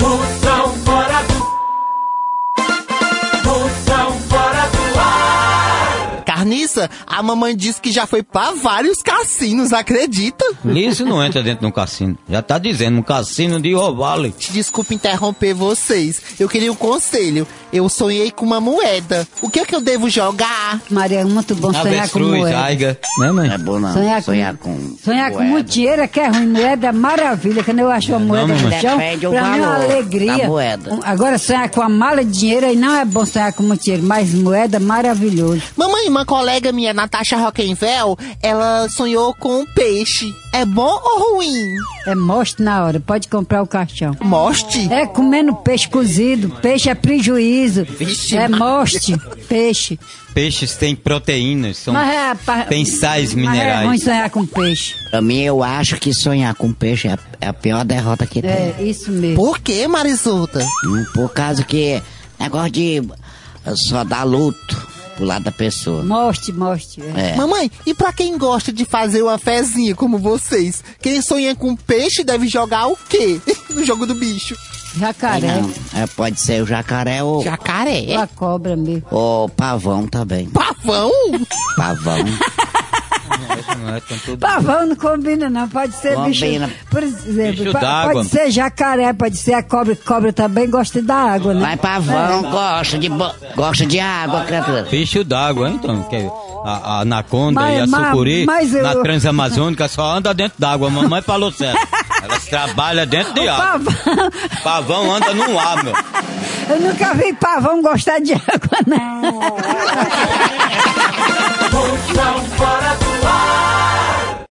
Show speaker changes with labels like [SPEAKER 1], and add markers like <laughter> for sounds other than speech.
[SPEAKER 1] Moção fora do. Moção fora do ar.
[SPEAKER 2] Carniça, a mamãe disse que já foi pra vários cassinos, acredita?
[SPEAKER 3] Nisso não entra dentro de um cassino. Já tá dizendo, um cassino de Ovale.
[SPEAKER 2] Te Desculpa interromper vocês. Eu queria um conselho. Eu sonhei com uma moeda. O que é que eu devo jogar?
[SPEAKER 4] Maria, é muito bom sonhar com
[SPEAKER 3] Avestruz,
[SPEAKER 4] moeda.
[SPEAKER 3] aiga. Né, mãe?
[SPEAKER 5] É bom não.
[SPEAKER 4] Sonhar
[SPEAKER 5] Sonhar,
[SPEAKER 4] com-
[SPEAKER 5] com.
[SPEAKER 4] Sonhar com
[SPEAKER 5] moeda.
[SPEAKER 4] mutieira que é ruim, moeda é maravilha. Quando eu acho a moeda
[SPEAKER 3] mamãe.
[SPEAKER 4] no chão,
[SPEAKER 5] Depende o
[SPEAKER 4] pra mim é uma
[SPEAKER 5] valor
[SPEAKER 4] alegria.
[SPEAKER 5] da moeda.
[SPEAKER 4] Um- Agora, sonhar com a mala de dinheiro aí não é bom sonhar com mutieira, mas moeda é maravilhoso.
[SPEAKER 2] Mamãe, uma colega minha, Natasha Rockenvel, ela sonhou com um peixe. É bom ou ruim?
[SPEAKER 4] É morte na hora, pode comprar o caixão.
[SPEAKER 2] Moste?
[SPEAKER 4] É comendo peixe cozido, peixe é prejuízo,
[SPEAKER 2] Vixe,
[SPEAKER 4] é
[SPEAKER 2] Maria.
[SPEAKER 4] morte, peixe.
[SPEAKER 3] Peixes têm proteínas,
[SPEAKER 5] Então,
[SPEAKER 3] são
[SPEAKER 4] Mas é, pa-
[SPEAKER 3] tem sais
[SPEAKER 4] mas É ruim
[SPEAKER 3] minerais.
[SPEAKER 4] sonhar com peixe.
[SPEAKER 5] Pra mim, eu acho que sonhar com peixe é a, é a pior derrota que tem.
[SPEAKER 4] É, isso mesmo.
[SPEAKER 2] Por que, Marisolta?
[SPEAKER 5] Hum, Por causa que. Negócio de. eh, Só dar luto pro lado da pessoa.
[SPEAKER 4] Morte, morte. é.
[SPEAKER 5] É.
[SPEAKER 2] Mamãe, e pra quem gosta de fazer uma fezinha como vocês? Quem sonha com peixe deve jogar o quê? <laughs> no jogo do bicho.
[SPEAKER 4] Jacaré,
[SPEAKER 5] Não, é, pode ser o jacaré ou É.
[SPEAKER 4] ou
[SPEAKER 2] Jacaré.
[SPEAKER 4] a cobra mesmo.
[SPEAKER 5] ou pavão também.
[SPEAKER 2] Pavão?
[SPEAKER 5] Pavão.
[SPEAKER 3] Não é, tão tudo-
[SPEAKER 4] Pavão não combina, não. Pode ser
[SPEAKER 5] Combina.
[SPEAKER 4] bicho. Por exemplo,
[SPEAKER 3] Bicho
[SPEAKER 4] pa-
[SPEAKER 3] d'água.
[SPEAKER 4] pode ser jacaré, pode ser a cobra. que Cobra também gosta da água, né?
[SPEAKER 5] Mas pavão gosta de, bo- gosta de água, criatura.
[SPEAKER 3] Bicho d'água, hein, então. Que a, a anaconda
[SPEAKER 4] Mas-
[SPEAKER 3] e a
[SPEAKER 4] mas-
[SPEAKER 3] sucuri
[SPEAKER 4] mas eu-
[SPEAKER 3] na transamazônica só anda dentro d'água. A mamãe falou
[SPEAKER 4] <laughs>
[SPEAKER 3] certo. Elas trabalham dentro de água.
[SPEAKER 4] Pavão.
[SPEAKER 3] Pavão anda no ar, meu.
[SPEAKER 4] Eu nunca vi pavão gostar de água, né?
[SPEAKER 1] Moção fora do